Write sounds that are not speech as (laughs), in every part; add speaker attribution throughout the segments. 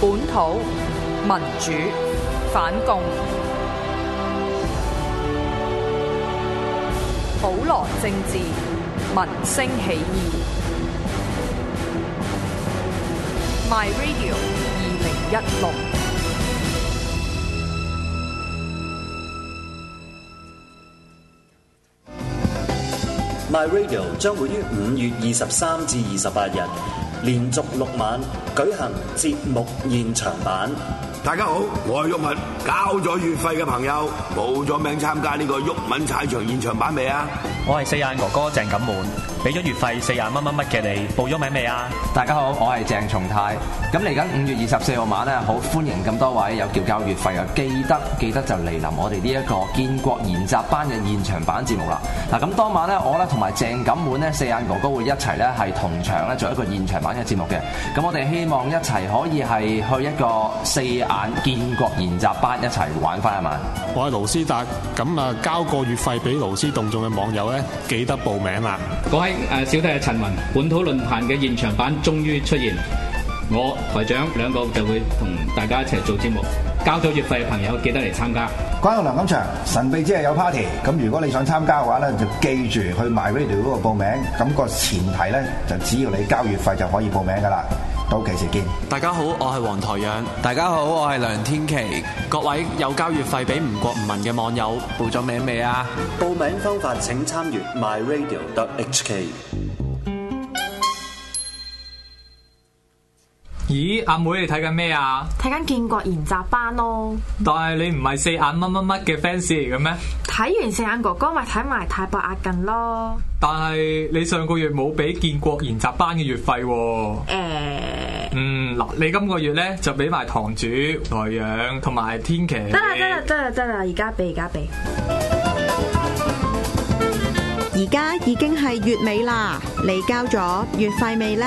Speaker 1: 本土民主反共，普羅政治民聲起義。My Radio 二零一六。
Speaker 2: My Radio 將會於五月二十三至二十八日連續六晚舉行節目現場版。
Speaker 3: 大家好，我係毓民。交咗月費嘅朋友，報咗名參加呢個毓民踩場現場版未啊？
Speaker 4: 我係四眼哥哥鄭錦滿，俾咗月費四廿蚊乜乜嘅你，報咗名未啊？
Speaker 5: 大家好，我係鄭松泰。咁嚟緊五月二十四號晚咧，好歡迎咁多位有繳交月費嘅，記得記得就嚟臨我哋呢一個建國研習班嘅現場版節目啦。嗱，咁當晚咧，我咧同埋鄭錦滿咧四眼哥哥會一齊咧係同場咧做一個現場版嘅節目嘅。咁我哋希望一齊可以係去一個四眼建國研習班一齊玩翻一晚。
Speaker 6: 我係勞斯達，咁啊交個月費俾勞斯動眾嘅網友咧，記得報名啦。
Speaker 7: 各位誒小弟係陳雲，本土論壇嘅現場版終於出現，我台長兩個就會同大家一齊做節目。交咗月費嘅朋友記得嚟參加。
Speaker 8: 關於梁錦祥神秘之夜有 party，咁如果你想參加嘅話咧，就記住去 MyRadio 嗰度報名。咁、個前提咧，就只要你交月費就可以報名噶啦。到期時見。
Speaker 9: 大家好，我係黃台仰。
Speaker 10: 大家好，我係梁天琪。
Speaker 4: 各位有交月費俾吳國吳民嘅網友，
Speaker 10: 報咗名未啊？
Speaker 2: 報名方法請參閱 myradio.hk。
Speaker 11: 咦，阿妹你睇緊咩啊？
Speaker 12: 睇緊建國研習班咯。
Speaker 11: 但係你唔係四眼乜乜乜嘅 fans 嚟嘅咩？
Speaker 12: 睇完四眼哥哥咪睇埋泰伯壓近咯。
Speaker 11: 但係你上個月冇俾建國研習班嘅月費喎、
Speaker 12: 誒、
Speaker 11: 嗯，嗱，你今個月咧就俾埋堂主、台仰同埋天琪。
Speaker 12: 得啦得啦得啦得啦，而家俾而家俾。
Speaker 13: 而家已經係月尾啦，你交咗月費未呢？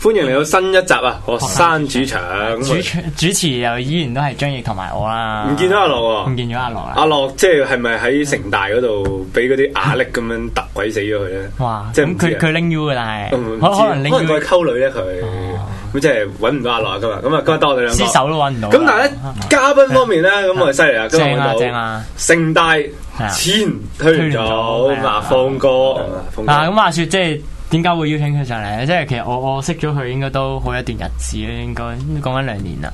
Speaker 14: 歡迎嚟到新一集啊！學生主場，
Speaker 4: 主主持又依然都係張譯同埋我啦。
Speaker 14: 唔見咗阿啊樂喎
Speaker 4: 唔見咗阿樂啦。
Speaker 14: 阿樂即係係咪喺城大嗰度俾嗰啲壓力咁樣突鬼死咗佢咧？
Speaker 4: 哇！
Speaker 14: 即係
Speaker 4: 咁
Speaker 14: 唔知啊
Speaker 4: 佢佢拎 U 嘅，但
Speaker 14: 嗯
Speaker 4: 係可可能
Speaker 14: 唔知
Speaker 4: 拎
Speaker 14: 可能
Speaker 4: U
Speaker 14: 佢係溝女咧佢，咁即係揾唔到阿樂噶嘛。咁啊，今日得我哋兩
Speaker 4: 失
Speaker 14: 個
Speaker 4: 手都揾唔到啦。
Speaker 14: 咁但係咧，嘉賓方面咧，咁我哋犀利啦，今日
Speaker 4: 正啊
Speaker 14: 揾
Speaker 4: 正
Speaker 14: 到
Speaker 4: 啊！
Speaker 14: 城大
Speaker 4: 啊
Speaker 14: 前推唔
Speaker 4: 推唔
Speaker 14: 到
Speaker 4: 到
Speaker 14: 啊，峰哥啊，峰哥
Speaker 4: 啊，咁話説即係點解會邀請佢上嚟咧？即係其實我我識咗佢應該都好一段日子咧，應該講緊兩年啦，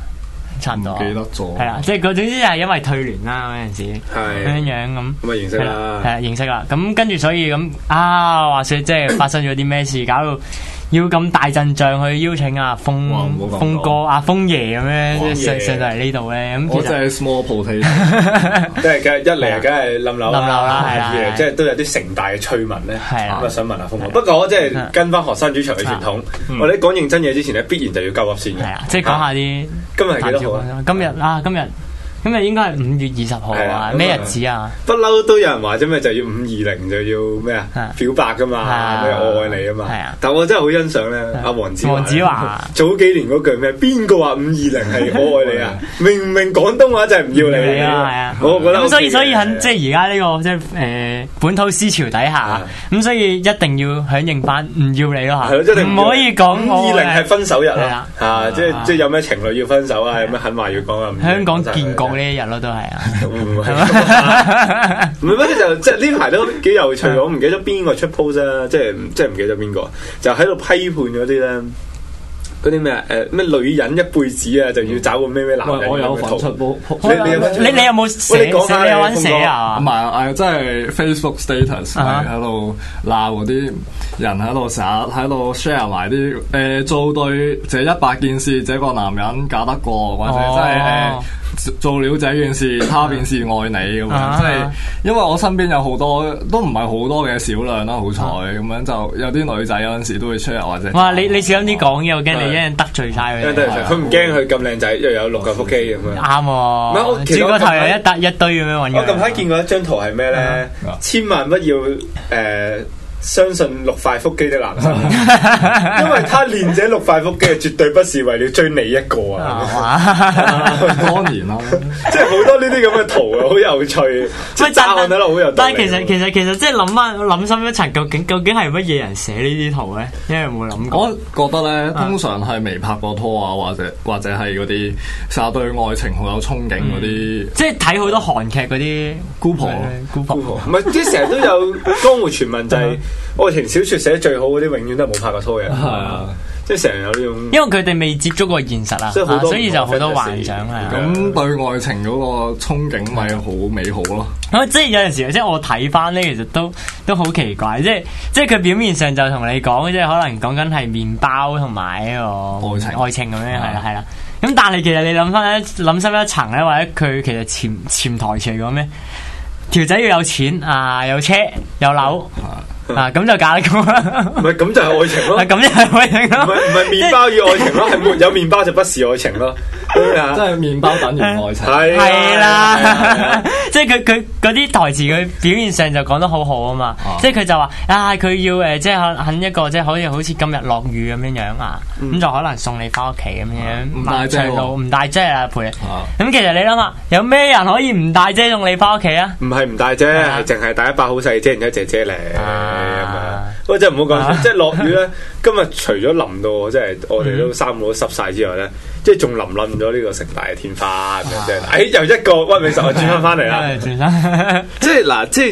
Speaker 4: 差唔多。啊
Speaker 6: 記得咗
Speaker 4: 係啦，即係嗰總之就係因為退聯啦嗰陣時，
Speaker 14: 係
Speaker 4: 咁樣樣咁。
Speaker 14: 咁啊，認識
Speaker 4: 係啦，係
Speaker 14: 啦。
Speaker 4: 啦，認識啦。咁跟住所以咁啊，話説即係發生咗啲咩事，搞到要咁大陣仗去邀請阿峰
Speaker 6: 哇唔好咁講
Speaker 4: 峰哥、阿峰爺咁樣
Speaker 14: 峰爺
Speaker 4: 上上到嚟呢度咧。咁
Speaker 6: 我
Speaker 4: 其
Speaker 6: 真
Speaker 4: 實
Speaker 6: 係 small potato，
Speaker 14: 即係梗係一嚟啊，梗係冧樓
Speaker 4: 冧樓啦係啦
Speaker 14: 二
Speaker 4: 係
Speaker 14: 嚟
Speaker 4: 啦
Speaker 14: 即係都有啲城大嘅趣聞咧。
Speaker 4: 係啦嗯啊
Speaker 14: 咁啊，想問下峰哥。不過我即係跟翻學生主場嘅傳統，我哋講認真嘢之前咧，必然就要鳩噏先嘅。啊
Speaker 4: 係啦，即係講下啲
Speaker 14: 今日係幾多號啊？
Speaker 4: 今日啊，今日今日應該係五月二十號
Speaker 14: 係啊
Speaker 4: 啊
Speaker 14: 咁，啊
Speaker 4: 咩日子啊？
Speaker 14: 不嬲都有人話啫咩，就要五二零就要咩啊
Speaker 4: 啊
Speaker 14: 表白噶嘛，
Speaker 4: 啊
Speaker 14: 咩我愛你啊嘛
Speaker 4: 係啊。
Speaker 14: 但我真係好欣賞咧，阿黃子
Speaker 4: 黃子華
Speaker 14: 早幾年嗰句咩？邊個話五二零係我愛
Speaker 4: (laughs)
Speaker 14: 你啊？明明廣東話就係唔要你
Speaker 4: 係啊係啊
Speaker 14: 我覺得
Speaker 4: 咁所以
Speaker 14: OK 嘅
Speaker 4: 所以肯即係而家呢個即係誒本土思潮底下，咁所以一定要響應翻，唔要你咯
Speaker 14: 啊係咯，即
Speaker 4: 嚇，
Speaker 14: 係
Speaker 4: 唔可以講
Speaker 14: 五
Speaker 4: 我呃
Speaker 14: 二零係分手日
Speaker 4: 係
Speaker 14: 啦
Speaker 4: 啦，
Speaker 14: 啊，即係即係有咩情侶要分手啊，有咩狠話要講啊，520
Speaker 4: 香港建國呢一日咯，都係
Speaker 14: (laughs)
Speaker 4: 啊。
Speaker 14: 唔係唔係，不過就即係呢排都幾有趣。
Speaker 4: 嗯
Speaker 14: 我唔記得咗邊個出 post 啦，即係即係唔記得邊個，就喺度批判嗰啲咧，嗰啲咩誒咩女人一輩子啊，就要找個咩咩男
Speaker 6: 喂，
Speaker 14: 人
Speaker 6: 我有
Speaker 14: 咁嘅
Speaker 6: 份
Speaker 14: 圖
Speaker 6: 出 (laughs) 波，
Speaker 14: 你你有份出
Speaker 4: 你你有冇
Speaker 14: 喂
Speaker 4: 寫？
Speaker 14: 你
Speaker 4: 你
Speaker 14: 講下
Speaker 4: 有
Speaker 14: 你
Speaker 4: 揾寫啊
Speaker 6: 唔？係啊，即係 Facebook status
Speaker 4: 啊
Speaker 6: 係喺度鬧嗰啲人喺度成日喺度 share 埋啲誒做對這一百件事，這個男人搞得過，或者
Speaker 4: 哦
Speaker 6: 即係誒
Speaker 15: 做料仔件事，他便是愛你咁樣，
Speaker 4: 啊
Speaker 15: 即係因為我身邊有好多都唔係好多嘅少量啦，好彩
Speaker 4: 啊
Speaker 15: 咁樣就有啲女仔有陣時都會 share 或者
Speaker 4: 哇！你你小心啲講嘢，我驚你一陣得罪晒佢
Speaker 14: 因為
Speaker 4: 哋。
Speaker 14: 得佢唔驚佢咁靚仔，又有六嚿腹肌咁樣。
Speaker 4: 啱
Speaker 14: 唔係我
Speaker 4: 喎，
Speaker 14: 其實
Speaker 4: 轉
Speaker 14: 我
Speaker 4: 個頭
Speaker 14: 近
Speaker 4: 又
Speaker 14: 排
Speaker 4: 一搭一堆咁樣揾
Speaker 14: 我近
Speaker 4: 佢。
Speaker 14: 排見過一張圖係咩咧？
Speaker 4: 啊
Speaker 14: 千萬不要誒相信六塊腹肌的男
Speaker 4: (laughs)
Speaker 14: 生，因為他練這六塊腹肌，絕對不是為了追你一個 (laughs) 啊！
Speaker 15: 當
Speaker 4: (laughs)
Speaker 15: 然啦，
Speaker 14: 即係好多呢啲咁嘅圖啊，好有趣，即係炸案睇落好有道
Speaker 4: 但係
Speaker 14: 理。
Speaker 4: 其實其實其實即係諗翻諗深一層，究竟究竟係乜嘢人寫呢啲圖咧？因為冇諗過。
Speaker 15: 我覺得咧，
Speaker 4: 啊
Speaker 15: 通常係未拍過拖啊，或者或者係嗰啲成日對愛情好有憧憬嗰啲，
Speaker 4: 即係睇好多韓劇嗰啲
Speaker 15: 姑婆
Speaker 4: 姑婆，
Speaker 14: 唔係，即係成日都有江湖傳聞，就係愛情小説寫得最好嗰啲，永遠都係冇拍過拖嘅。係
Speaker 15: 啊，
Speaker 14: 即係成日有呢種。
Speaker 4: 因為佢哋未接觸過現實啊，
Speaker 14: 所以好
Speaker 4: 啊
Speaker 14: 多
Speaker 4: 所以就好多幻想係啊。
Speaker 15: 咁對愛情嗰個憧憬咪好美好咯。
Speaker 4: 咁即係有陣時，即係我睇翻咧，其實都都好奇怪，即係即係佢表面上就同你講，即係可能講緊係麵包同埋呢個愛情愛情咁樣，係啦係啦。咁但係其實你諗翻諗深一層咧，或者佢其實潛潛台詞嚟講咩？條仔要有錢啊，有車有樓啊，咁就嫁得過啦。
Speaker 14: 唔係咁就係愛情
Speaker 4: (laughs)
Speaker 14: 咯，
Speaker 4: 咁就係愛情咯。
Speaker 14: 唔係唔係麵包與愛情咯，係沒有麵包就不是愛情
Speaker 4: (laughs)
Speaker 14: 咯，咁啊，
Speaker 15: 即係麵包等於愛情，
Speaker 4: 啊
Speaker 14: 係
Speaker 4: 係
Speaker 15: 啊
Speaker 4: 啦， (laughs) 即係佢佢嗰啲台詞，佢表面上就講得好好啊嘛，
Speaker 15: 哦
Speaker 4: 即係佢就話啊，佢要誒，即係肯肯一個即係好似好似今日落雨咁樣樣啊，咁就可能送你翻屋企咁樣，
Speaker 15: 嗯啊唔帶遮喎哦
Speaker 4: 長路唔帶遮啊陪你。咁其實你諗下，有咩人可以唔帶遮送你翻屋企啊？
Speaker 14: (laughs) 唔係唔大啫，係淨係大一把好細啫，然之後姐姐嚟咁啊。不過真係唔好講笑，即係落雨咧。今日除咗淋到我，即係我哋都衫褲都濕晒之外咧，即係仲淋冧咗呢個城大嘅天花咁樣即係。哎，又一個屈美十啊，轉翻翻嚟啦。
Speaker 4: 轉 (laughs) 身，
Speaker 14: 即係嗱，即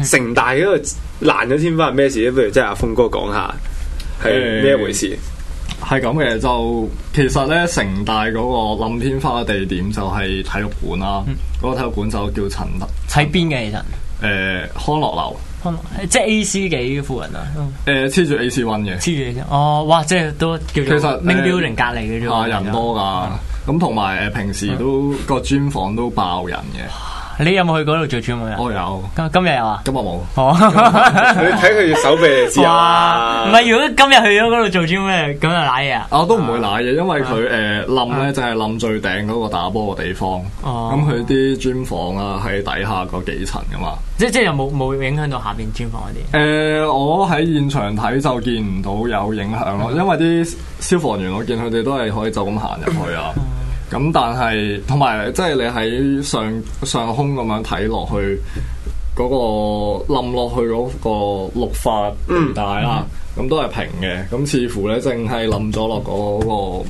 Speaker 14: 係城大嗰個爛咗天花係咩事咧？不如即係阿峰哥講下係咩回事？
Speaker 15: 係咁嘅，就其實咧，城大嗰個冧天花嘅地點就係體育館啦。
Speaker 4: 嗯
Speaker 15: 嗰、個體育館就叫陳德
Speaker 4: 喺邊嘅其實？
Speaker 15: 誒、康樂樓，
Speaker 4: 可能即係 A C 幾附近啊？
Speaker 15: 誒黐住 A C One 嘅，
Speaker 4: 黐住哦，哇！即係都
Speaker 15: 其
Speaker 4: 叫做
Speaker 15: 實
Speaker 4: Ming
Speaker 15: 誒
Speaker 4: Building 隔離嘅啫啊
Speaker 15: 啊
Speaker 4: 喎，
Speaker 15: 人多㗎。咁同埋誒呃平時都個專房都爆人嘅，
Speaker 4: 你有冇去嗰度做專門人？
Speaker 15: 我有，
Speaker 4: 今今日有啊？
Speaker 15: 今日冇。
Speaker 14: 你睇佢隻手臂就知
Speaker 4: 哇！
Speaker 14: 啊
Speaker 4: 唔。係，如果今日去咗嗰度做 gym 咧，咁就賴嘢啊！
Speaker 15: 我都唔會賴嘅，因為佢誒冧咧就係冧最頂嗰個打波嘅地方，
Speaker 4: 哦
Speaker 15: 咁佢啲專房啊喺底下嗰幾層噶嘛。
Speaker 4: 即即係又冇冇影響到下邊 gym 房嗰啲。
Speaker 15: 誒、呃我喺現場睇就見唔到有影響咯，因為啲消防員我見佢哋都係可以就咁行入去啊。咁但係同埋即係你喺上上空咁樣睇落去嗰、個冧落去嗰個綠化地帶啦，咁、都係平嘅。咁似乎咧，淨係冧咗落嗰個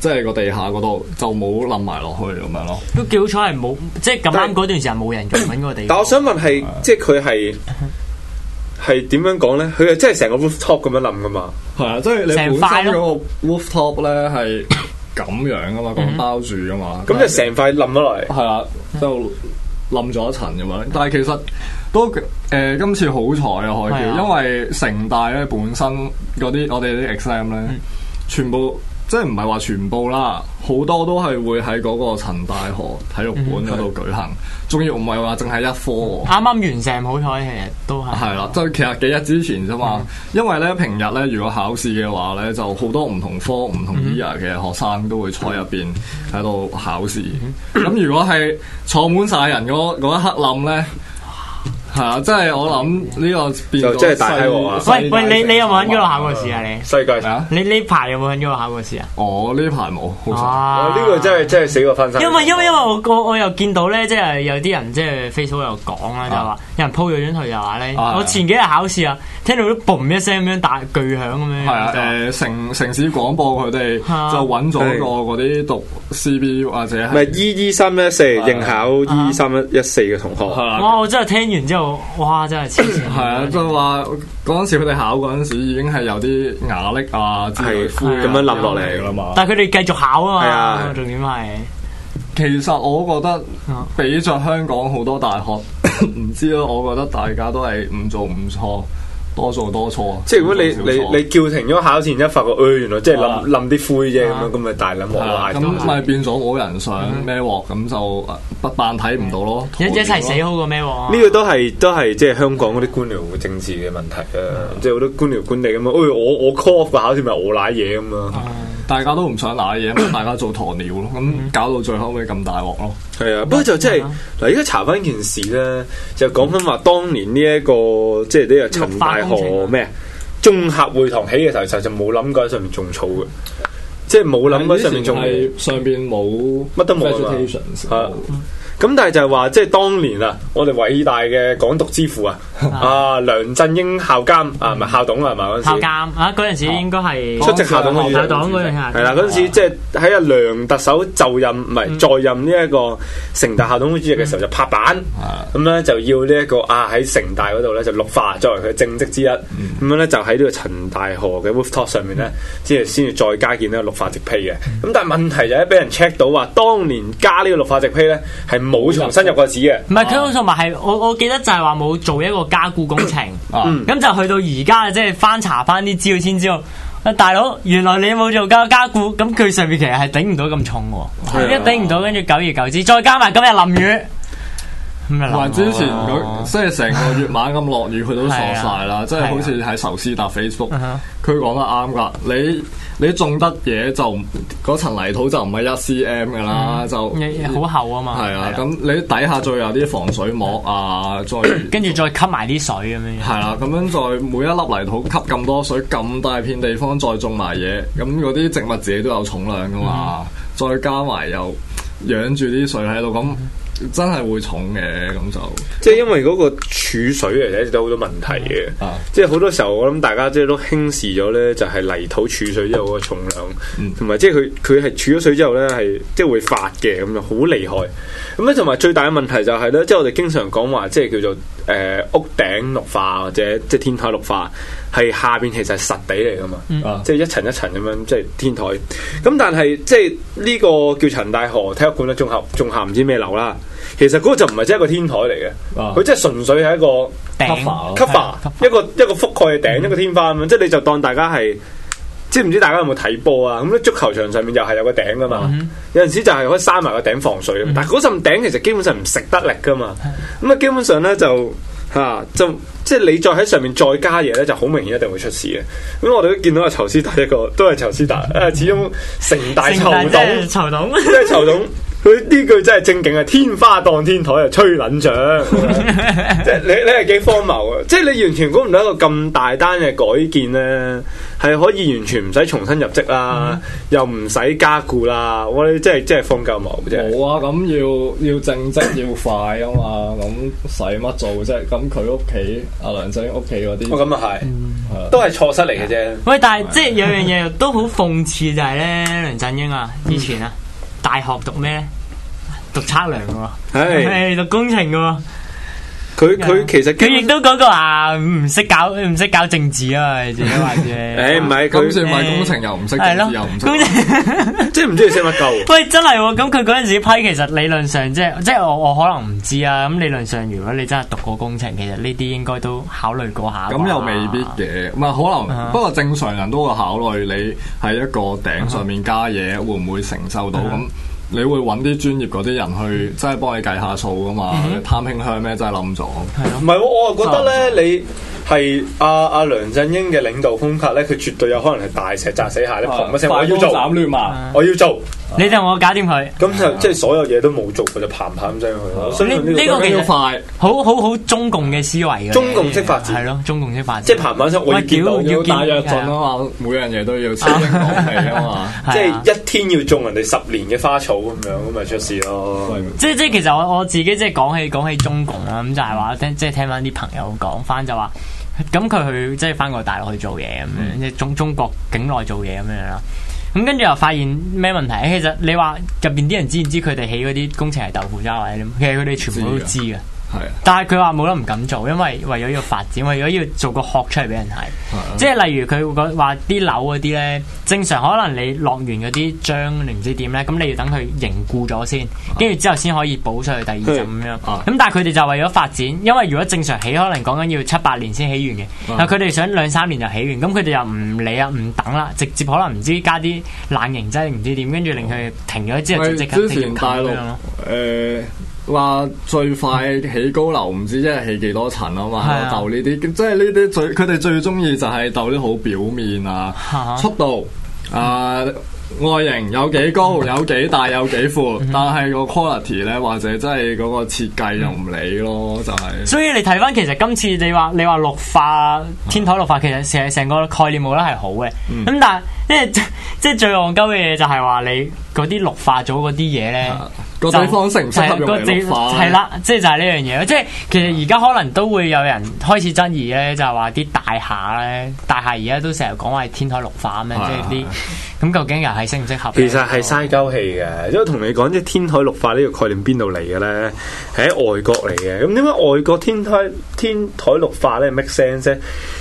Speaker 15: 即係個地下嗰度，就冇冧埋落去咁樣咯。
Speaker 4: 都幾好彩係冇，即係咁啱嗰段時間冇人用緊嗰個地
Speaker 14: 但
Speaker 4: 方。
Speaker 14: 我想問係，即係佢係係點樣講咧？佢係真係成個 rooftop 咁樣冧噶嘛？
Speaker 15: 係啊，即係你本
Speaker 14: 成
Speaker 15: 身
Speaker 14: 塊
Speaker 15: 嗰
Speaker 14: 咯
Speaker 15: 個 rooftop 咧係咁樣
Speaker 14: 嗯
Speaker 15: 噶嘛，咁包住噶嘛，
Speaker 14: 咁就成塊冧咗落嚟。
Speaker 15: 係啦，就冧咗一層咁樣。但係其實都誒、呃今次好彩啊，海
Speaker 10: 係啊
Speaker 15: 橋，因為城大咧本身嗰啲我哋啲 exam 咧，
Speaker 14: 嗯
Speaker 15: 全部。即係唔係話全部啦，好多都係會喺嗰個陳大河體育館嗰
Speaker 14: 嗯
Speaker 15: 度舉行，仲要唔係話淨係一科喎。
Speaker 4: 啱啱完成，好彩其實都係。
Speaker 15: 係啦，即係其實幾日之前啫嘛。因為咧平日咧，如果考試嘅話咧，就好多唔同科、唔同
Speaker 4: 嗯
Speaker 15: year 嘅學生都會坐入邊喺度考試。
Speaker 4: 嗯
Speaker 15: 咁如果係坐滿晒人嗰嗰一刻冧咧，係啊，即係我諗呢個變咗
Speaker 14: 就真係大閪鑊啊
Speaker 15: 世
Speaker 4: 喂喂，你你有冇喺嗰度考過試啊？你
Speaker 14: 世界
Speaker 4: 你呢排有冇喺嗰度考過試啊？
Speaker 15: 我呢排冇，啊
Speaker 4: 好
Speaker 14: 哦呢個真係真係死過翻身。
Speaker 4: 因為因為因為我我我又見到咧，即係有啲人即係 Facebook 又講啦，就話有人 po 咗張圖就話咧，
Speaker 15: 啊
Speaker 4: 我前幾日考試啊，聽到都嘣一聲咁樣打巨響咁樣。
Speaker 15: 係啊，誒城城市廣播佢哋就揾咗個嗰啲讀 CB 或者
Speaker 14: 唔係 E E 三一四應考 E 三一一四嘅同學，
Speaker 4: 哇！哦我真係聽完之後，哇！真係黐線。
Speaker 15: 係啊，
Speaker 14: 嗯
Speaker 15: 即係話嗰陣時佢哋考嗰陣時已經係有啲壓力啊之
Speaker 14: 係
Speaker 15: 類
Speaker 14: 咁樣冧落嚟
Speaker 15: 㗎啦嘛。
Speaker 4: 但係佢哋繼續考
Speaker 15: 係
Speaker 4: 啊嘛
Speaker 15: 啊，
Speaker 4: 重點係
Speaker 15: 其實我覺得
Speaker 14: 啊
Speaker 15: 比 (coughs) 着香港好多大學，唔知咯，我覺得大家都係唔做唔錯，多數多錯啊。
Speaker 14: 即係如果你
Speaker 15: 少錯
Speaker 14: 你你叫停咗考前一發覺，誒原來即係冧冧啲灰啫咁樣，咁咪大冧
Speaker 15: 係
Speaker 14: 鑊
Speaker 15: 啦
Speaker 14: 賴咗
Speaker 15: 啊
Speaker 14: 嗯
Speaker 15: 咁咪變咗冇人想孭鑊，咁就呃不扮睇唔到咯。
Speaker 4: 一一齊死好過咩喎？
Speaker 14: 呢個都係都係即係香港嗰啲官僚政治嘅問題啊！即係好多官僚官吏咁啊，哎我我 call off 個考試咪我賴嘢咁啊！
Speaker 15: 大家都唔想攋嘢，咁大家做鴕鳥咯，
Speaker 14: 嗯
Speaker 15: 咁搞到最後尾咁大鑊咯。
Speaker 14: 係啊，不過就即係嗱，而家查翻件事咧，就講翻話當年呢、一個即係呢個陳大河咩啊綜合會堂起嘅時候，就就冇諗過喺上面種草嘅，即係冇諗過喺上面種嘢
Speaker 15: 係上邊冇
Speaker 14: 乜都冇啊嘛
Speaker 15: vegetations
Speaker 14: 係啊咁但係就係話，即係當年啊，我哋偉大嘅港獨之父啊，啊梁振英校監啊，唔係校董啊，係咪嗰陣時
Speaker 4: 校監啊，嗰陣時應該係
Speaker 14: 出席校董會議
Speaker 4: 校董嗰陣時
Speaker 14: 係啦，嗰陣時即係喺阿梁特首就任唔係在任呢一個城大校董會主席嘅時候就拍板，咁咧就要呢一個啊喺城大嗰度咧就綠化作為佢嘅政績之一，咁樣咧就喺呢個陳大河嘅 rooftop 上面咧，即係先至再加建呢個綠化植被嘅。咁但係問題就係俾人 check 到話，當年加呢個綠化植被咧係冇重新入過紙嘅。
Speaker 4: 唔係佢同埋係我我記得就係話冇做一個加固工程，咁就去到而家即係翻查翻啲資料先知道。啊大佬，原來你冇做加加固，咁佢上面其實係頂唔到咁重喎，
Speaker 15: 係啊
Speaker 4: 一頂唔到，跟住久而久之，再加埋今日淋雨，
Speaker 15: 同埋之前佢即係成個月晚咁落雨，佢都傻晒啦，即哦係好啊似喺壽司搭 Facebook，佢講得啱噶。你你種得嘢就嗰層泥土就唔係一 cm 噶啦，就
Speaker 4: 好厚啊嘛，
Speaker 15: 係嗯啊。咁你底下再有啲防水膜啊， (laughs) 再
Speaker 4: 跟住再吸埋啲水咁樣。
Speaker 15: 係啦，咁樣再每一粒泥土吸咁多水，咁大片地方再種埋嘢，咁嗰啲植物自己都有重量噶嘛，再加埋又養住啲水喺度，咁真係會重嘅，咁就
Speaker 14: 即係因為嗰個儲水嚟，一直都好多問題嘅。即係好多時候，我諗大家即係都輕視咗咧，就係泥土儲水之後嗰個重量，同埋、即係佢佢係儲咗水之後咧，係即係會發嘅咁就好厲害。咁咧同埋最大嘅問題就係、咧，即係我哋經常講話，即係叫做誒、呃屋頂綠化或者即係天台綠化，係下邊其實係實地嚟噶嘛，
Speaker 3: 嗯
Speaker 14: 即係一層一層咁樣，即係天台。咁但係即係呢個叫陳大河體育館咧，綜合綜合唔知咩樓啦。其實嗰個就唔係真係一個天台嚟嘅，佢即係純粹係一個
Speaker 4: cover
Speaker 14: cover 一個一個覆蓋嘅頂，一個天花咁樣，即係你就當大家係。即係唔知大家有冇睇波啊？咁咧足球場上面又係有個頂噶嘛，
Speaker 4: 嗯
Speaker 14: 有陣時就係可以閂埋個頂防水咁，但係嗰陣頂其實基本上唔食得力噶嘛，咁啊基本上咧就嚇、就即係你再喺上面再加嘢咧，就好明顯一定會出事嘅。咁我哋都見到阿仇斯達一個都係仇斯達，啊始終成大
Speaker 4: 成
Speaker 14: 仇
Speaker 4: 大真
Speaker 14: 董
Speaker 4: 係。籌董，
Speaker 14: 即係曹董，佢呢句真係正經啊！天花當天台啊，吹撚 (laughs) 掌，即係你你係幾荒謬啊！即係你完全估唔到一個咁大單嘅改建咧，係可以完全唔使重新入職啦，又唔使加固啦，我哋真係真係放鳩毛啫。
Speaker 15: 冇啊，咁要要正職要快啊嘛，咁使乜做啫？咁佢屋企阿梁振英屋企嗰啲，
Speaker 14: 咁啊
Speaker 4: 嗯
Speaker 14: 係，都係錯失嚟嘅啫。
Speaker 4: 喂，但係即係有樣嘢都好諷刺就係咧，梁振英啊，以前啊，
Speaker 14: 嗯
Speaker 4: 大學讀咩咧？讀測量嘅
Speaker 14: 唉
Speaker 4: 喎，係讀工程嘅喎。
Speaker 14: 佢佢其實
Speaker 4: 佢亦都嗰個話唔識搞唔識搞政治啊，自己話
Speaker 14: (laughs)
Speaker 4: 啫。
Speaker 14: 誒唔係佢
Speaker 15: 咁算咪工程又唔識，
Speaker 4: 係
Speaker 15: 政
Speaker 4: 咯
Speaker 15: 治又唔識。
Speaker 4: 工程 (laughs)
Speaker 14: 即係唔知佢識乜鳩。
Speaker 4: 喂，真係喎！咁佢嗰陣時批，其實理論上即係即係我我可能唔知啊。咁理論上，如果你真係讀過工程，其實呢啲應該都考慮過下。
Speaker 15: 咁又未必嘅，唔係可
Speaker 4: 啊
Speaker 15: 能。不過正常人都會考慮你喺一個頂上面加嘢，會唔會承受
Speaker 4: 啊
Speaker 15: 到？咁你會揾啲專業嗰啲人去，真係幫你計下數噶嘛？
Speaker 4: 嗯
Speaker 15: 你貪輕香咩？真係冧咗。
Speaker 14: 唔係喎，我係覺得咧，你係阿阿梁振英嘅領導風格咧，佢絕對有可能係大石砸死蟹咧，
Speaker 4: 啊
Speaker 14: 砰一聲我要做，
Speaker 15: 斬亂麻，
Speaker 14: 我要做。
Speaker 4: 你就我搞掂佢。
Speaker 14: 咁就即係所有嘢都冇做，佢就嘭嘭聲去咯。所以
Speaker 4: 啊呢
Speaker 14: 呢
Speaker 4: 呢
Speaker 14: 個
Speaker 4: 個其實
Speaker 15: 快，
Speaker 4: 好好好中共嘅思維嘅。
Speaker 14: 中共式發展
Speaker 4: 係咯，中共式發展。
Speaker 14: 即係嘭嘭聲，我要
Speaker 4: 喂
Speaker 14: 見到，
Speaker 4: 屌要見
Speaker 15: 大躍進啊嘛，每樣嘢都要先英講起
Speaker 4: (laughs)
Speaker 15: 啊嘛。
Speaker 14: 即係一天要種人哋十年嘅花草咁樣，咁咪出事咯。
Speaker 4: 即即其實我我自己即係講起講起中共啦，咁就係話聽即係聽翻啲朋友講翻就話，咁佢去即係翻過大陸去做嘢咁
Speaker 14: 嗯
Speaker 4: 樣，即係中中國境內做嘢咁樣啦。咁跟住又發現咩問題？其實你話入邊啲人知唔知佢哋起嗰啲工程係豆腐渣或者點？其實佢哋全部都知嘅。
Speaker 15: 係啊
Speaker 4: 但係佢話冇得唔敢做，因為為咗要發展，為咗要做個殼出嚟俾人
Speaker 15: 啊
Speaker 4: 睇。即係例如佢講話啲樓嗰啲咧，正常可能你落完嗰啲漿，你唔知點咧，咁你要等佢凝固咗先，
Speaker 15: 啊
Speaker 4: 跟住之後先可以補上去第二浸咁樣。咁但係佢哋就為咗發展，因為如果正常起可能講緊要七八年先起完嘅，
Speaker 15: 啊
Speaker 4: 但佢哋想兩三年就起完，咁佢哋又唔理啊，唔等啦，直接可能唔知加啲冷凝劑唔知點，跟住令佢停咗之後就
Speaker 15: 喂
Speaker 4: 即刻
Speaker 15: 之
Speaker 4: 直接冚
Speaker 15: 前大
Speaker 4: 咁
Speaker 15: 陸
Speaker 4: 樣咯。
Speaker 15: 誒話最快起高樓唔知一係起幾多層啊
Speaker 4: 係
Speaker 15: 嘛，
Speaker 4: 啊
Speaker 15: 鬥呢啲，即係呢啲最佢哋最中意就係鬥啲好表面啊，速度啊。外形有幾
Speaker 4: (laughs)
Speaker 15: 高，有幾大，有幾
Speaker 4: 嗯
Speaker 15: 闊，但係個 quality 咧，或者真係嗰個設計又唔理咯，就係、
Speaker 4: 所以你睇翻，其實今次你話你話綠化天台綠化，其實成成個概念冇得係好嘅。咁、
Speaker 15: 嗯
Speaker 4: 但係即係 (laughs) 即係最戇鳩嘅嘢就係話你嗰啲綠化組嗰啲嘢咧，
Speaker 15: 啊個地方適唔適合
Speaker 4: 就
Speaker 15: 用嚟綠化
Speaker 4: 係啦，即係就係呢樣嘢咯。即係其實而家可能都會有人開始爭議咧，就係話啲大廈咧，大廈而家都成日講話係天台綠化咁
Speaker 15: 啊
Speaker 4: 樣，即係啲咁究竟又係適唔適合
Speaker 14: 其
Speaker 4: 呢？
Speaker 14: 實係嘥鳩氣嘅，因為同你講，即係天台綠化呢個概念邊度嚟嘅咧？係喺外國嚟嘅。咁點解外國天台天台綠化咧 make sense 啫？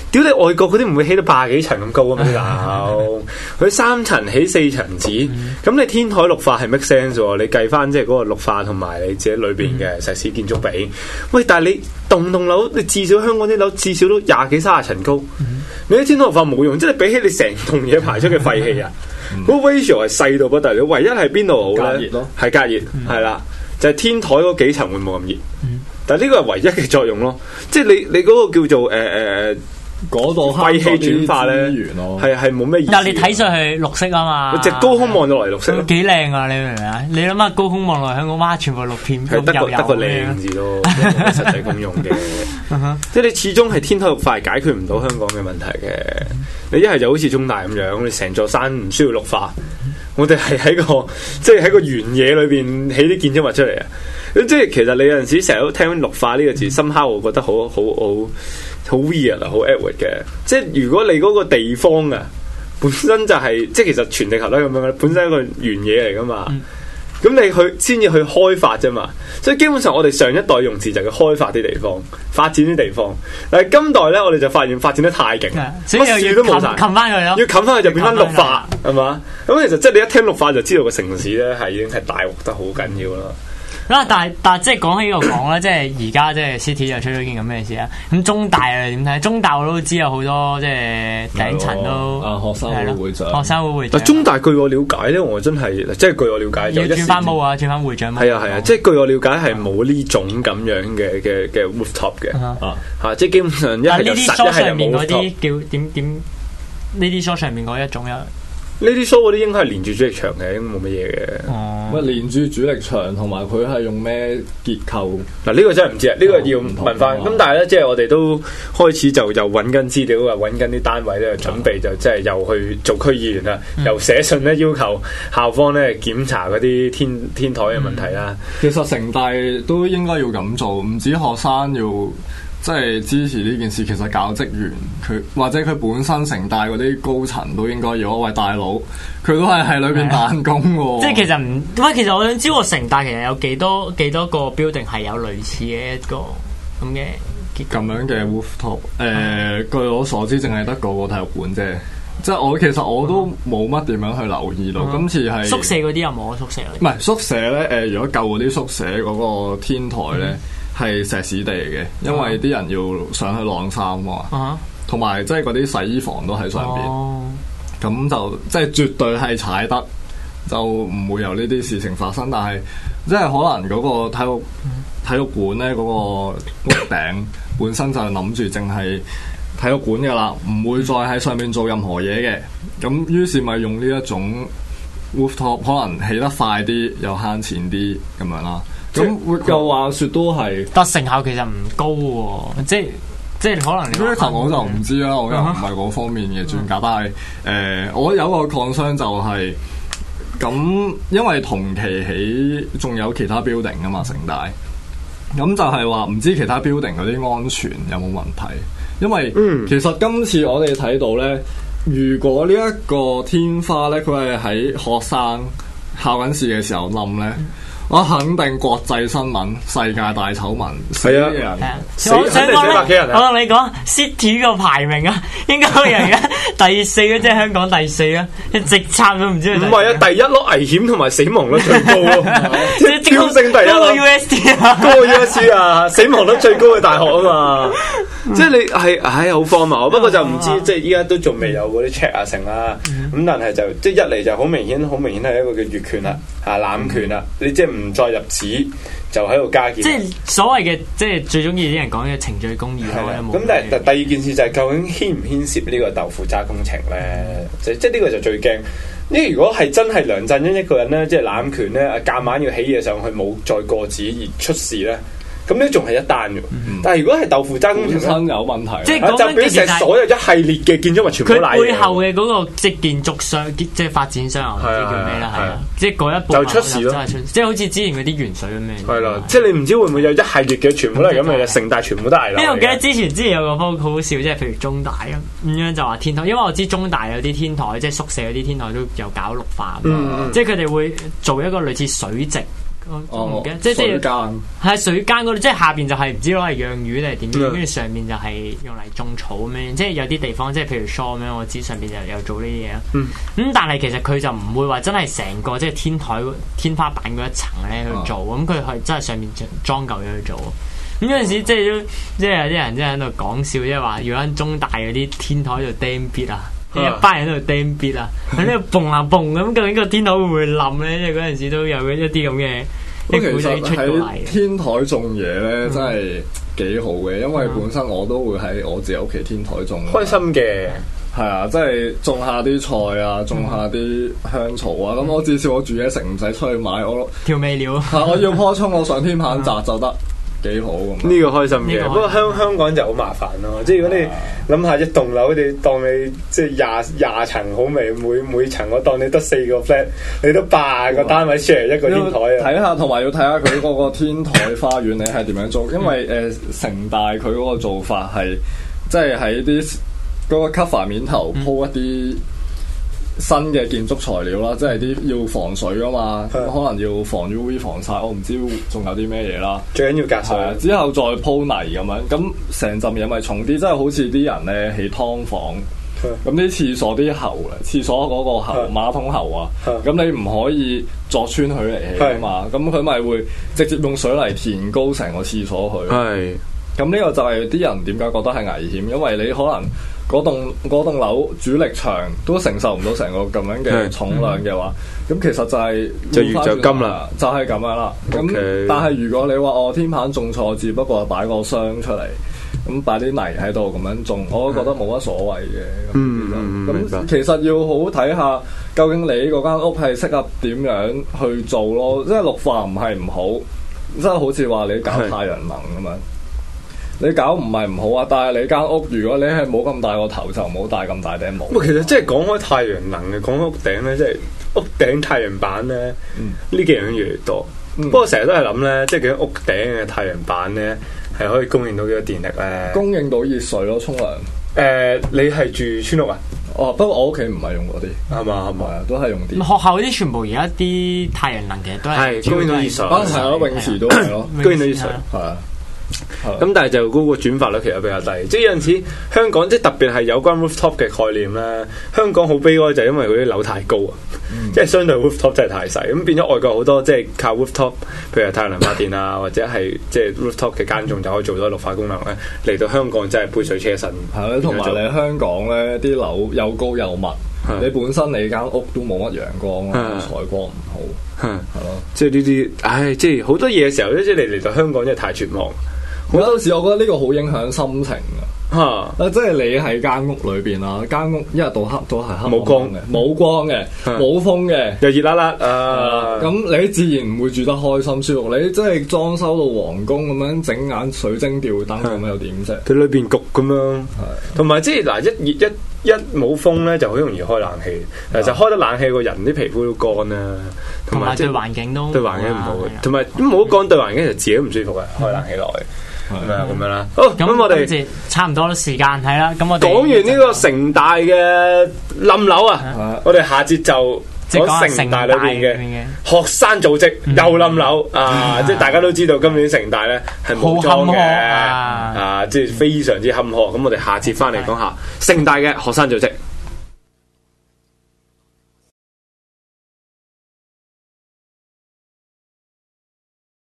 Speaker 14: 屌你外國嗰啲唔會起到百幾層咁高啊嘛啲樓，佢三層起四層紙，咁你天台綠化係 make sense 喎？你計翻即係嗰個綠化同埋你自己裏邊嘅石屎建築比，喂！但係你棟棟樓，你至少香港啲樓至少都廿幾三十層高，你啲天台綠化冇用，即係比起你成棟嘢排出嘅廢氣啊！嗰個 ratio 係細到不得了，唯一係邊度好
Speaker 15: 隔熱
Speaker 14: 咧
Speaker 15: 咯？
Speaker 14: 係隔熱，係啦，就係天台嗰幾層會冇咁熱。但係呢個係唯一嘅作用咯，即係你你嗰個叫做誒誒誒
Speaker 15: 嗰度
Speaker 14: 廢氣轉化咧，
Speaker 15: 慳多啲資源咯
Speaker 14: 係啊係冇咩意思。
Speaker 4: 但係你睇上去綠色啊嘛，
Speaker 14: 隻高空望落嚟綠色咯，
Speaker 4: 幾靚啊！你明唔明啊？你諗下高空望落去香港，哇！全部綠片
Speaker 14: 係得
Speaker 4: 綠油
Speaker 14: 個
Speaker 4: 油
Speaker 14: 得個
Speaker 4: 咁樣
Speaker 14: 靚字咯，冇實際咁用嘅。即係你始終係天台綠化係解決唔到香港嘅問題嘅。你一係就好似中大咁樣，你成座山唔需要綠化，我哋係喺個即係喺個原野裏邊起啲建築物出嚟啊！即係其實你有陣時成日都聽綠化呢個
Speaker 4: 嗯
Speaker 14: 字，深刻我覺得好好好好 weird 啊，好 awkward 嘅。即係如果你嗰個地方啊，本身就係、即係其實全地球都係咁樣嘅，本身一個原野嚟噶嘛。
Speaker 4: 嗯
Speaker 14: 咁你去先至去開發啫嘛，所以基本上我哋上一代用字就叫開發啲地方，發展啲地方。但係今代咧，我哋就發現發展得太勁啦，
Speaker 4: 所以又
Speaker 14: 乜
Speaker 4: 要
Speaker 14: 樹都冇晒
Speaker 4: 冚，冚翻佢咯。
Speaker 14: 要冚翻佢就變翻綠
Speaker 4: 要冚返
Speaker 14: 化，係嘛？咁其實即係你一聽綠化就知道個城市咧係已經係大鑊得好緊要啦。
Speaker 4: 啦，啊但係但係即係講起呢個講啦，即係而家即係 City 就出咗件咁嘅事啦。咁中大啊點睇？中大我都知有好多即係頂層都
Speaker 15: 啊學生會
Speaker 4: 係咯
Speaker 15: 會長
Speaker 4: 學生會會長
Speaker 14: 但，中大據我了解咧，我真係即係據我了解就
Speaker 4: 要
Speaker 14: 一時
Speaker 4: 轉翻毛啊，轉翻會長帽。
Speaker 14: 係啊係啊，即係據我了解係冇呢種咁樣嘅嘅嘅 rooftop 嘅
Speaker 4: 啊
Speaker 14: 嚇，即係基本上一
Speaker 4: 但係呢
Speaker 14: 係就
Speaker 4: 啲
Speaker 14: 實，一
Speaker 4: show
Speaker 14: 係
Speaker 4: 上
Speaker 14: 就
Speaker 4: 面
Speaker 14: 冇
Speaker 4: 嗰
Speaker 14: rooftop。
Speaker 4: 啲叫點點？呢啲 show 上面嗰一種有
Speaker 14: 呢啲 show 嗰啲應該係連住主力牆嘅，應該冇乜嘢嘅。
Speaker 4: 哦
Speaker 15: 喂，啊連住主力牆同埋佢係用咩結構？
Speaker 14: 嗱呢個真係唔知啊，呢、個要問
Speaker 4: 哦
Speaker 14: 翻。咁但係咧，即係我哋都開始就又揾緊資料啊，揾緊啲單位咧，準備就即係又去做區議員啦，
Speaker 4: 嗯
Speaker 14: 又寫信咧要求校方咧檢查嗰啲天天台嘅問題啦。
Speaker 15: 其實城大都應該要咁做，唔止學生要即係支持呢件事，其實教職員佢或者佢本身城大嗰啲高層都應該要。喂，大佬，佢都係喺裏邊彈弓喎。
Speaker 4: 即
Speaker 14: 哦
Speaker 4: 係其實唔喂，其實我想知個城大其實有幾多幾多個 building 係有類似嘅一個咁嘅
Speaker 15: 咁樣嘅 rooftop，誒、據我所知，淨係得個個體育館啫。即係我其實我都冇乜點樣去留意到，今次係
Speaker 4: 嗯宿舍嗰啲有冇啊宿舍嗰啲
Speaker 15: 唔係宿舍咧，誒、如果舊嗰啲宿舍嗰個天台
Speaker 4: 嗯
Speaker 15: 咧係石屎地嚟嘅，因
Speaker 4: 哦
Speaker 15: 為啲人要上去晾衫啊嘛，
Speaker 4: 啊
Speaker 15: 同埋即係嗰啲洗衣房都
Speaker 4: 哦
Speaker 15: 喺上邊，咁、就即係絕對係踩得，就唔會有呢啲事情發生。但係即係可能嗰個體育體育館咧，嗰、個屋頂本身就係諗住淨係。體育館噶啦，唔會再喺上面做任何嘢嘅。咁於是咪用呢一種 rooftop 可能起得快啲，又慳錢啲咁樣啦。咁又話説都係，
Speaker 4: 但成效其實唔高喎，即係即係可能你
Speaker 15: r
Speaker 4: 話
Speaker 15: e c o 我就唔知啦，我又唔係嗰方面嘅專家，但係誒、呃我有個 concern 就係、咁，因為同期起仲有其他 building 噶嘛，城大。咁就係話唔知其他 building 嗰啲安全有冇問題，因為其實今次我哋睇到呢，如果呢一個天花呢，佢係喺學生考緊試嘅時候冧呢，我肯定國際新聞、世界大醜聞，死嘅人，
Speaker 4: 啊我想講
Speaker 14: 啊
Speaker 4: 咧，我同你講 City 個排名啊， (laughs) 應該係而家第四嘅，即係香港第四啊，直插都唔知佢
Speaker 14: 唔
Speaker 4: 第。
Speaker 14: 係啊，第一咯，危險同埋死亡率最高咯，
Speaker 4: (laughs) 即係即
Speaker 14: 飆升第一
Speaker 4: 高過
Speaker 14: 咯
Speaker 4: USD
Speaker 14: (laughs)
Speaker 4: 啊， (laughs)
Speaker 14: 高過 USD 啊，死亡率最高嘅大學啊嘛，
Speaker 4: 嗯
Speaker 14: 即係你係唉好荒謬，啊不過就唔知即係依家都仲未有嗰啲 check 啊成啦，咁但係就即係一嚟就好明顯，好明顯係一個叫越權啦，啊濫權啦，你即係唔再入紙就喺度加建啊
Speaker 4: 即。係所謂嘅，即係最中意啲人講嘅程序公義
Speaker 14: 係
Speaker 4: 咯
Speaker 14: 啦，
Speaker 4: 啊有冇
Speaker 14: 咁但係第第二件事就係究竟牽唔牽涉呢個豆腐渣工程咧？即即係呢個就最驚。因為如果係真係梁振英一個人咧，即係濫權咧，夾硬要起嘢上去冇再過紙而出事咧，咁呢仲係一單嘅。但係如果係豆腐渣工程
Speaker 15: 本
Speaker 14: 呢
Speaker 15: 身有問題。
Speaker 4: 即係嗯
Speaker 14: 啊
Speaker 4: 講緊
Speaker 14: 就表
Speaker 4: 其實
Speaker 14: 示
Speaker 4: 係
Speaker 14: 所有一系列嘅建築物全部
Speaker 4: 佢
Speaker 14: 都賴嘢
Speaker 4: 背後嘅嗰個即建築商，即係發展商，我唔知
Speaker 14: 係
Speaker 4: 叫
Speaker 14: 啊
Speaker 4: 咩啦，係
Speaker 14: 係啊
Speaker 4: 啊，即係嗰一部
Speaker 14: 就
Speaker 4: 分
Speaker 14: 出事咯
Speaker 4: 真係出，即係好似之前嗰啲元水咁樣。
Speaker 14: 係啦，即係你唔知會唔會有一系列嘅全部都係咁嘅，
Speaker 4: (laughs)
Speaker 14: 城大全部都係啊
Speaker 4: 因
Speaker 14: 啦。
Speaker 4: 為我記啊得之前之前有個 post 好好笑，即係譬如中大咁咁樣就話天台，因為我知中大有啲天台，即係宿舍嗰啲天台都有搞綠化咁樣，
Speaker 15: 嗯嗯
Speaker 4: 即係佢哋會做一個類似水席。我唔
Speaker 14: 哦
Speaker 4: 記得，哦即係即
Speaker 15: 水間
Speaker 4: 係喺水間嗰度，即係下邊就係唔知攞嚟養魚定係點樣，
Speaker 15: 嗯
Speaker 4: 跟住上面就係用嚟種草咁樣。即係有啲地方，即係譬如 show 咁樣，我知上邊就有做呢啲嘢啦。
Speaker 14: 嗯
Speaker 4: 咁但係其實佢就唔會話真係成個即係天台天花板嗰一層咧去做，
Speaker 15: 哦
Speaker 4: 咁佢係真係上面裝裝舊嘢去做。咁有陣時即係都即係有啲人即係喺度講笑，即係話要喺中大嗰啲天台度釘必啊，即
Speaker 15: 哦
Speaker 4: 係一班人喺度釘必
Speaker 15: (laughs)
Speaker 4: 啊，喺呢度蹦啊蹦咁，究竟個天台會唔會冧咧？即係嗰陣時都有一啲咁嘅
Speaker 15: 咁
Speaker 4: 啲古
Speaker 15: 其
Speaker 4: 仔
Speaker 15: 實
Speaker 4: 出過嚟嗯
Speaker 15: 喺。天台種嘢咧，真係幾好嘅，因為本身我都會喺我自己屋企天台種。
Speaker 14: 開心嘅。
Speaker 15: 係啊，即係種下啲菜啊，種下啲香草
Speaker 4: 嗯
Speaker 15: 啊，咁我至少我煮嘢食唔使出去買，
Speaker 4: (laughs)
Speaker 15: 我
Speaker 4: 調味料。
Speaker 15: 係我要棵葱，我上天棚摘就得，幾好咁。啊
Speaker 14: 呢個開心嘅，
Speaker 15: 呢個
Speaker 14: 不過香香港就好麻煩咯。即係如果你諗下一棟樓，你當你即係廿廿層好未？每每層我當你得四個 flat，你都八個單位 share 一個天台啊！
Speaker 15: 睇下，同埋要睇下佢嗰個天台花園你係點樣做，因為誒、呃城大佢嗰個做法係即係喺啲嗰個 cover 面頭
Speaker 14: 嗯
Speaker 15: 鋪一啲新嘅建築材料啦，即係啲要防水噶嘛，咁可能要防 UV 防曬，我唔知仲有啲咩嘢啦。
Speaker 14: 最緊要隔水
Speaker 15: 係啊，之後再鋪泥咁樣，咁成浸嘢咪重啲，即係好似啲人咧起劏房。咁啲廁所啲喉咧，廁所嗰個喉馬桶喉啊，咁你唔可以鑿穿佢嚟起啊嘛，咁佢咪會直接用水泥填高成個廁所去。
Speaker 14: 係。
Speaker 15: 咁呢個就係啲人點解覺得係危險，因為你可能嗰棟嗰棟樓主力牆都承受唔到成個咁樣嘅
Speaker 14: 係
Speaker 15: 重量嘅話，咁其實就係
Speaker 14: 嗯
Speaker 15: 啊
Speaker 14: 就越就金啦，
Speaker 15: 就係咁樣啦。咁
Speaker 14: OK
Speaker 15: 但係如果你話我天棚種錯，只不過係擺個箱出嚟，咁擺啲泥喺度咁樣種，我都覺得冇乜所謂嘅。
Speaker 14: 嗯嗯明白
Speaker 15: 咁其實要好睇下，究竟你嗰間屋係適合點樣去做咯？即係綠化唔係唔好，即係好似話你搞太陽能咁樣。你搞唔係唔好啊，但係你間屋如果你係冇咁大個頭，就冇戴咁大頂帽。
Speaker 14: 咁其實即係講開太陽能嘅，講開屋頂咧，即係屋頂太陽板咧，呢幾樣越嚟越多。不過成日都係諗咧，即係佢屋頂嘅太陽板咧，係可以供應到幾多電力咧？
Speaker 15: 供應到熱水咯，沖涼。
Speaker 14: 誒、你係住村屋啊？
Speaker 15: 哦，不過我屋企唔係用嗰啲，
Speaker 14: 係嘛係嘛，
Speaker 15: 都係用
Speaker 14: 哦
Speaker 15: 電。
Speaker 4: 學校嗰啲全部而家啲太陽能其實都係
Speaker 14: 係公園都熱水
Speaker 15: 啊係啊泳池都係咯
Speaker 14: 公園都熱水
Speaker 15: 係啊。
Speaker 14: 咁但係就嗰個轉發率其實比較低，即係有陣時香港即係特別係有關 rooftop 嘅概念咧，香港好悲哀就係因為嗰啲樓太高啊，
Speaker 15: 嗯
Speaker 14: 即係相對 rooftop 真係太細，咁變咗外國好多即係靠 rooftop，譬如係太陽能發電啊， (laughs) 或者係即係 rooftop 嘅耕種就可以做到綠化功能咧，嚟到香港真係杯水車薪。
Speaker 15: 係啊咯，同埋你香港咧啲樓又高又密，你本身你間屋都冇乜陽光啦，
Speaker 14: 係
Speaker 15: 採光唔好，係咯。
Speaker 14: 即係呢啲，唉，即係好多嘢嘅時候咧，即係你嚟到香港真係太絕望。
Speaker 15: 好多時我覺得呢個好影響心情
Speaker 14: 啊！
Speaker 15: 啊，即係你喺間屋裏邊啦，間屋一日到黑都係黑
Speaker 14: 冇光嗯
Speaker 15: 蒙蒙嘅，冇光嘅，冇風嘅，
Speaker 14: 又熱辣辣
Speaker 15: 啊！咁你自然唔會住得開心舒服，你即係裝修到皇宮咁樣，整眼水晶吊燈咁又點啫？
Speaker 14: 佢裏邊焗咁樣，同埋即係嗱，一熱一一冇風咧，就好容易開冷氣。其實開得冷氣，個人啲皮膚都乾啦，
Speaker 4: 啊同埋
Speaker 14: 即
Speaker 4: 對
Speaker 14: 係
Speaker 4: 環境都
Speaker 14: 對環境唔好
Speaker 4: 係啊
Speaker 14: 嘅，同埋咁唔好講對環境，其實自己都唔舒服嘅，開冷氣落去咁樣咁樣啦。好，咁我哋
Speaker 4: 今次差唔多時間係啦，咁我哋
Speaker 14: 講完呢個城大嘅冧樓啊，我哋下節就
Speaker 4: 啊即係講下
Speaker 14: 講城大裏邊
Speaker 4: 裏
Speaker 14: 嘅
Speaker 4: 邊嗯
Speaker 14: 學生組織又冧樓啊！即係大家都知道今年城大咧係冇裝
Speaker 4: 好
Speaker 14: 嘅啊
Speaker 4: 坎坷
Speaker 14: 啊，即係非常之坎坷。咁我哋下次翻嚟講下城大嘅學生組織。